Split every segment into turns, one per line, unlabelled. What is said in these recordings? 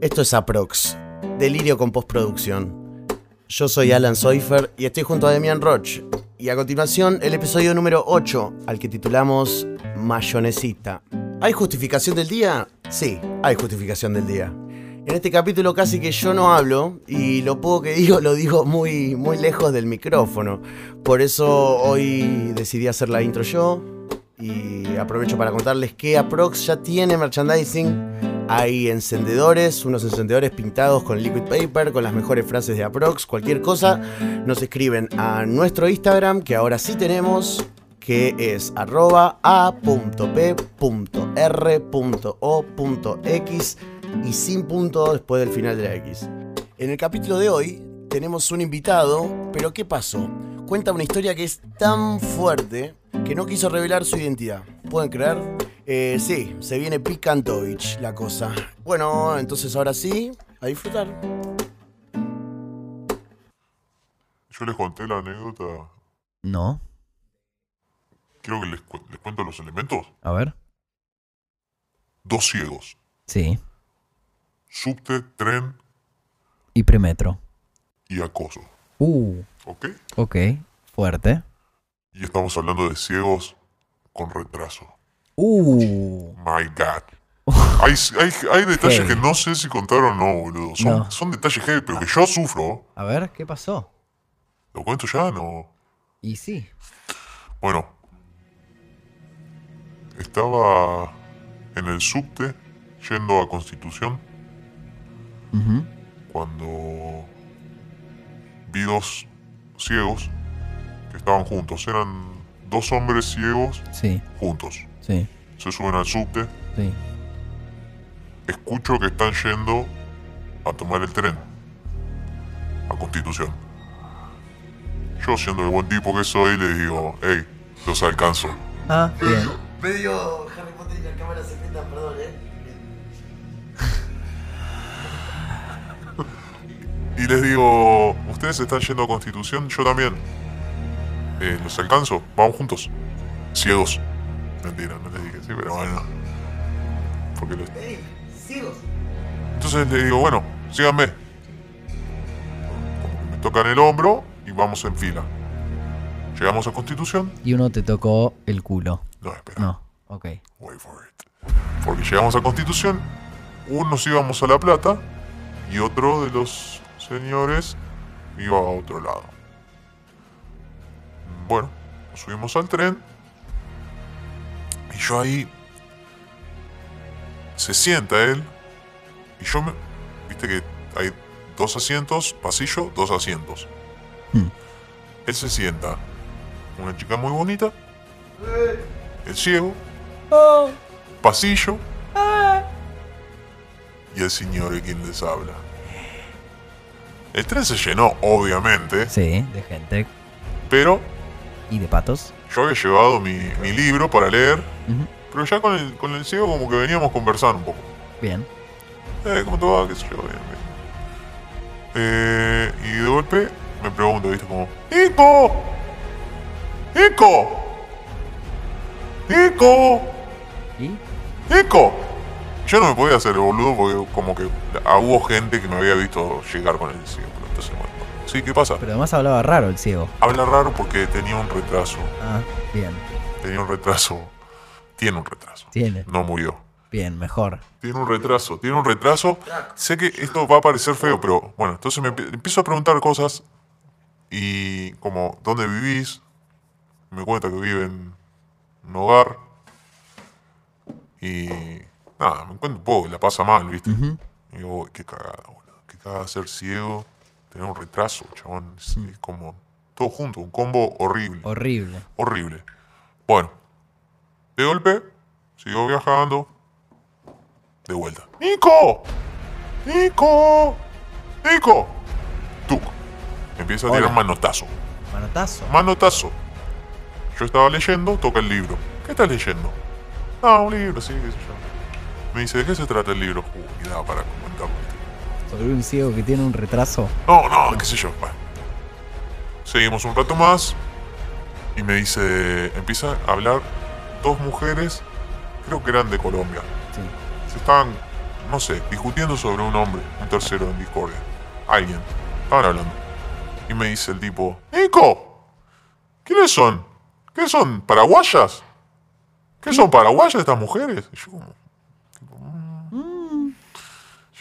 Esto es Aprox, Delirio con Postproducción. Yo soy Alan Soifer y estoy junto a Demian Roch. Y a continuación, el episodio número 8, al que titulamos Mayonesita. ¿Hay justificación del día? Sí, hay justificación del día. En este capítulo casi que yo no hablo y lo poco que digo lo digo muy, muy lejos del micrófono. Por eso hoy decidí hacer la intro yo y aprovecho para contarles que Aprox ya tiene merchandising. Hay encendedores, unos encendedores pintados con liquid paper, con las mejores frases de Aprox, cualquier cosa. Nos escriben a nuestro Instagram, que ahora sí tenemos, que es arroba a.p.r.o.x y sin punto después del final de la X. En el capítulo de hoy tenemos un invitado, pero ¿qué pasó? Cuenta una historia que es tan fuerte que no quiso revelar su identidad. ¿Pueden creer? Eh, sí, se viene Picantovich la cosa. Bueno, entonces ahora sí, a disfrutar.
Yo les conté la anécdota.
No.
Quiero que les, cu- les cuento los elementos.
A ver.
Dos ciegos.
Sí.
Subte, tren
Y premetro.
y acoso.
Uh.
¿Ok?
Ok. Fuerte.
Y estamos hablando de ciegos con retraso.
Uh.
My God. Hay, hay, hay detalles
Heavy.
que no sé si contar o no, boludo. Son,
No.
son detalles heavy, pero que yo sufro.
A ver, ¿qué pasó?
¿Lo cuento ya? No.
Y sí.
Bueno. Estaba en el subte yendo a Constitución.
Ujú.
cuando vi dos ciegos que estaban juntos. Eran dos hombres ciegos
Sí,
juntos.
sí,
Se suben al subte,
sí.
escucho que están yendo a tomar el tren a Constitución. Yo, siendo el buen tipo que soy, le digo, hey, los alcanzo.
Ah, bien.
Medio Harry Potter y la cámara secreta, perdón, eh.
Y les digo, ustedes están yendo a Constitución, yo también. Eh, los alcanzo, vamos juntos. Ciegos. Mentira, no les dije sí, pero bueno. Porque los-
Ey, ciegos.
Entonces les digo, bueno, síganme. Como que me tocan el hombro y vamos en fila. Llegamos a Constitución.
Y uno te tocó el culo.
No, espera.
No. Ok.
Wait for it. Porque llegamos a Constitución, unos íbamos a La Plata y otro de los señores iba a otro lado. Bueno, nos subimos al tren y yo ahí se sienta él y yo me... Viste que hay dos asientos, pasillo, dos asientos.
Hmm.
Él se sienta, una chica muy bonita, el ciego, pasillo y el señor es quien les habla. El tren se llenó, obviamente,
Sí, de gente.
pero
Y de patos.
yo había llevado mi, mi libro para leer,
Ujú.
pero ya con el, con el ciego como que veníamos conversando un poco.
Bien.
Eh, ¿cómo te va? ¿Qué sé yo? Bien, bien. Eh, y de golpe me pregunto, ¿viste? Como, ¡Nico! ¡Nico! ¡Nico!
¿Y?
¡Nico! Yo no me podía hacer el boludo porque como que ah, hubo gente que me había visto llegar con el ciego. Entonces, bueno. Sí, ¿qué pasa?
Pero además hablaba raro el ciego.
Habla raro porque tenía un retraso.
Ah, bien.
Tenía un retraso. Tiene un retraso.
Tiene.
No murió.
Bien, mejor.
Tiene un retraso. Tiene un retraso. Sé que esto va a parecer feo, pero bueno, entonces me empie- empiezo a preguntar cosas y como, ¿dónde vivís? Me cuenta que vive en un hogar. Y nada, me cuenta un poco, la pasa mal, ¿viste? Y digo, "Uy, qué cagada, boludo. Qué cagada ser ciego, tener un retraso, chabón. Es, es como todo junto, un combo horrible.
Horrible.
Horrible. Bueno, de golpe, siguió viajando. De vuelta. ¡Nico! ¡Nico! ¡Nico! Tuc. Me Empieza a tirar
Hola.
manotazo.
Manotazo.
Manotazo. Yo estaba leyendo, toca el libro. ¿Qué estás leyendo? Ah, un libro, sí, qué sé yo. Me dice, ¿de qué se trata el libro? Uh, y nada, para comentarlo.
Sobre un ciego que tiene un retraso.
No, no, qué sé yo. Bueno. Seguimos un rato más y me dice, empieza a hablar dos mujeres, creo que eran de Colombia.
Sí.
Se estaban no sé, discutiendo sobre un hombre, un tercero en discordia. Alguien. Estaban hablando. Y me dice el tipo, Nico, ¿quiénes son? ¿Qué son? ¿Paraguayas? ¿Qué son paraguayas estas mujeres? Y yo como... tipo, mm.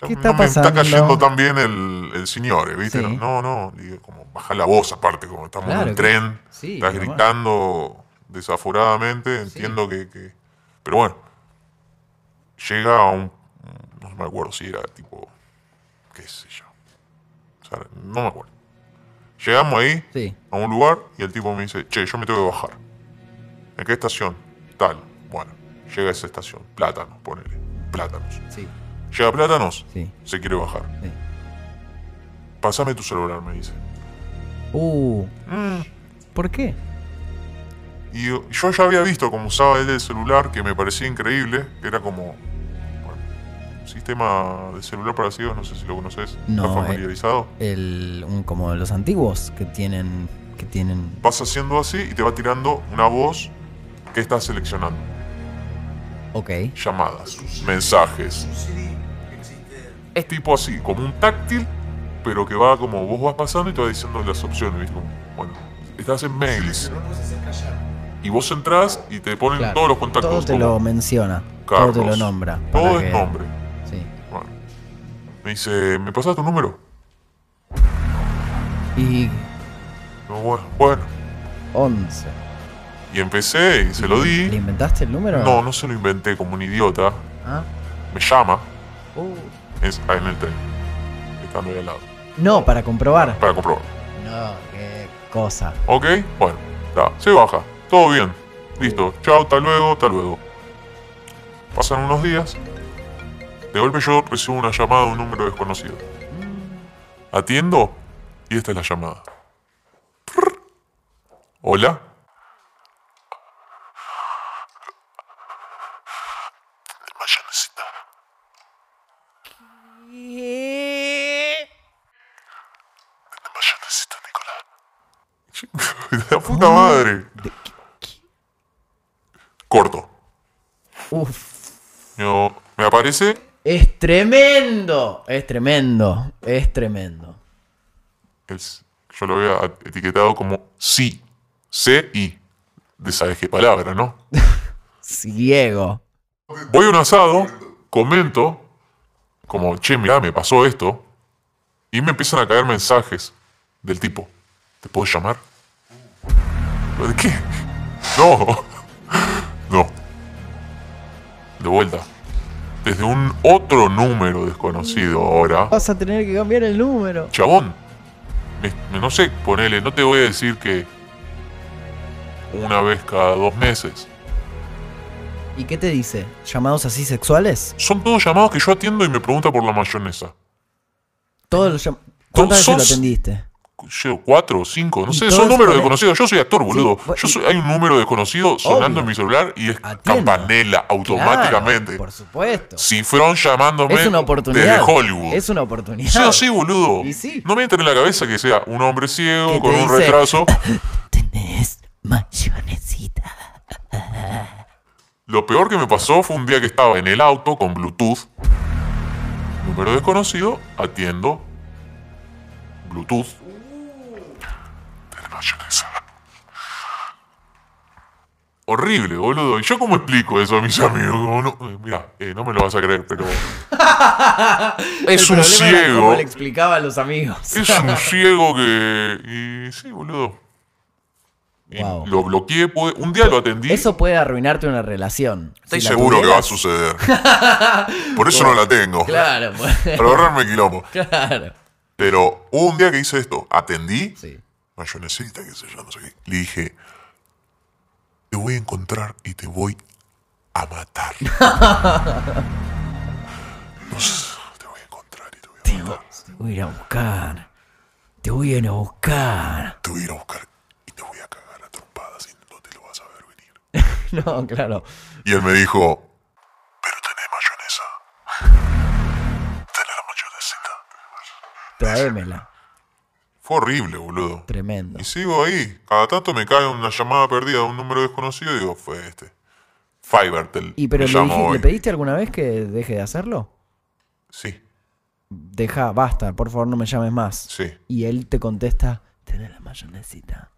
Ya
¿Qué está
no me está
pasando?
cayendo tan bien el, el señor, eh, ¿viste?
Sí.
No, no, digo, como baja la voz aparte, como estamos en
Claro
un
que-
tren,
sí,
estás
normal.
gritando desaforadamente, entiendo que, que- Pero bueno, llega a un... No me acuerdo si era tipo... qué sé yo. O sea, no me acuerdo. Llegamos ahí,
Sí.
a un lugar y el tipo me dice, che, yo me tengo que bajar. ¿En qué estación? Tal. Bueno, llega a esa estación. Plátanos, ponele. Plátanos.
Sí.
Llega a Plátanos,
Sí.
se quiere bajar.
Sí.
Pásame tu celular, me dice.
Uh, ¿por qué?
Y yo, yo ya había visto cómo usaba él el celular, que me parecía increíble. que Era como... bueno, un sistema de celular para ciegos, no sé si lo conoces.
No,
¿Estás
eh.
familiarizado?
El, un- como los antiguos que tienen, que tienen.
Vas haciendo así y te va tirando una voz que estás seleccionando.
Ok.
llamadas, mensajes. Es tipo así, como un táctil, pero que va como vos vas pasando y te va diciendo las opciones. ¿viste? Como, Bueno, estás en mails. Y vos entras y te ponen
Claro.
todos los contactos.
Todo te
como
lo menciona.
Carlos.
Todo te lo nombra.
Todo
para
es
que-
nombre.
Sí.
Bueno. Me dice, ¿me pasas tu número?
Y
No, bueno, bueno.
11.
Y empecé y se lo
¿Le
di.
inventaste el número?
No, no se lo inventé como un idiota.
Ah.
Me llama
Uh.
es, en el tren. Estando ahí al lado.
No, para comprobar.
Para comprobar.
No, qué cosa.
¿Ok? Bueno, está, se baja. Todo bien. Listo. Chao, hasta luego, hasta luego. Pasan unos días. De golpe yo recibo una llamada de un número desconocido. Atiendo y esta es la llamada. Prr. Hola. Mayonesita. Mayonesita, Nicolás. La puta madre. Corto.
Uf.
Yo- me aparece.
Es tremendo. Es tremendo. Es tremendo.
el- yo lo había etiquetado como sí. C y. De sabes qué palabra, ¿no?
Ciego.
Voy a un asado, comento, como, che, mirá, me pasó esto. Y me empiezan a caer mensajes del tipo, ¿te puedo llamar? ¿De qué? No. No. De vuelta. Desde un otro número desconocido ahora.
Vas a tener que cambiar el número.
Chabón, me- me- no sé, ponele, no te voy a decir que una vez cada dos meses.
¿Y qué te dice? ¿Llamados así sexuales?
Son todos llamados que yo atiendo y me pregunta por la mayonesa.
Todos los llam- ¿Cuántas veces
sos-
lo atendiste?
Yo, cuatro o cinco, no
Y
sé,
todos
son números
ponen-
desconocidos. Yo soy actor, boludo.
vos-
Yo soy- hay un número desconocido sonando
Obvio.
en mi celular y es
Atiendo.
campanela automáticamente.
Claro, por supuesto.
Si fueron llamándome
Es una
desde
oportunidad.
Hollywood.
Es una oportunidad.
Sí, así, boludo.
Y sí.
No me entra en la cabeza que sea un hombre ciego
Que te
con un
dice-
retraso.
Tenés mayonesita.
Lo peor que me pasó fue un día que estaba en el auto con Bluetooth. Número desconocido, atiendo. Bluetooth. Tenés mayonesa. Horrible, boludo. ¿Y yo cómo explico eso a mis amigos? Como no- eh, mirá, eh, no me lo vas a creer, pero. es un ciego.
Como le explicaba a los amigos.
Es un ciego que. Y sí, boludo. Y
Wow.
Lo bloqueé. pude- Un día lo atendí.
Eso puede arruinarte una relación.
Estoy
Si la
Seguro que va a
tuvieras-
suceder. Por eso no la tengo.
Claro, pues,
Para ahorrarme quilombo.
claro.
Pero hubo un día que hice esto. Atendí.
Sí.
Mayonesita, qué sé yo, no sé qué. Le dije, te voy a encontrar y te voy a matar. No sé, te voy a encontrar y te voy a matar.
Te voy a ir a buscar. Te voy a ir a buscar.
Te voy a ir a buscar y te voy a cagar a trompadas y no te lo vas a ver venir.
No, claro.
Y él me dijo, pero tenés mayonesa. Tenés la mayonesita.
Traémela.
Fue horrible, boludo.
Tremendo.
Y sigo ahí. Cada tanto me cae una llamada perdida de un número desconocido y digo, fue este. Fivertel.
¿Y pero
me
le,
llamó
dij-
hoy.
le pediste alguna vez que deje de hacerlo?
Sí,
deja, basta, por favor no me llames más.
sí.
Y él te contesta, tenés la mayonesita.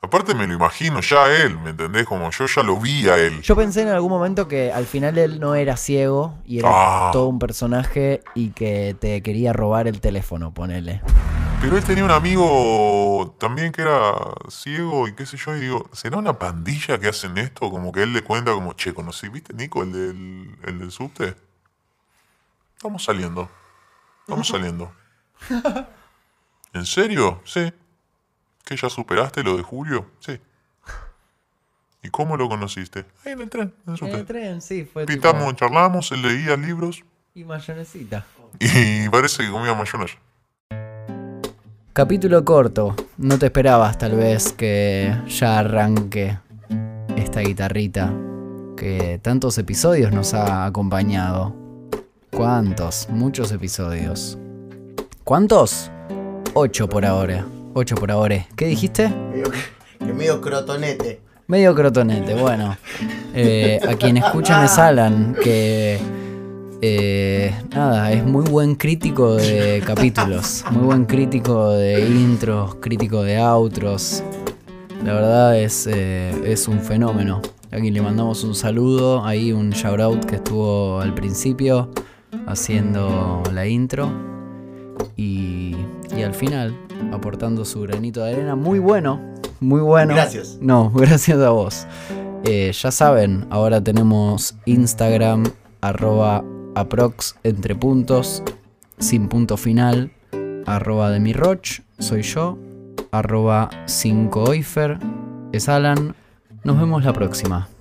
Aparte me lo imagino ya a él, ¿me entendés? Como yo ya lo vi a él.
Yo pensé en algún momento que al final él no era ciego y era
Ah.
todo un personaje y que te quería robar el teléfono, ponele.
Pero él tenía un amigo también que era ciego y qué sé yo, y digo, ¿será una pandilla que hacen esto? Como que él le cuenta como, che, conocí, ¿viste Nico, el del, el del subte? Estamos saliendo. Estamos saliendo. ¿En serio? Sí. ¿Que ya superaste lo de Julio? Sí. ¿Y cómo lo conociste? Ahí en el tren, en el
En el
subte.
tren, sí, fue tipo,
Pintamos, charlamos, él leía libros
Y mayonesita.
y parece que comía mayonesa.
Capítulo corto. No te esperabas tal vez que ya arranque esta guitarrita que tantos episodios nos ha acompañado. ¿Cuántos? Muchos episodios. ¿Cuántos? Ocho por ahora. Ocho por ahora. ¿Qué dijiste?
Medio que- que medio crotonete.
Medio crotonete, bueno. Eh, a quien escucha me salan, que eh, nada, es muy buen crítico de capítulos, muy buen crítico de intros, crítico de outros. La verdad es, eh, es un fenómeno. A quien le mandamos un saludo, ahí un shout out que estuvo al principio haciendo la intro y, y al final aportando su granito de arena. Muy bueno, muy bueno.
Gracias.
No, gracias a vos. Eh, ya saben, ahora tenemos Instagram, arroba aprox entre puntos, sin punto final, arroba de mi roch, soy yo, arroba 5oifer, es Alan. Nos vemos la próxima.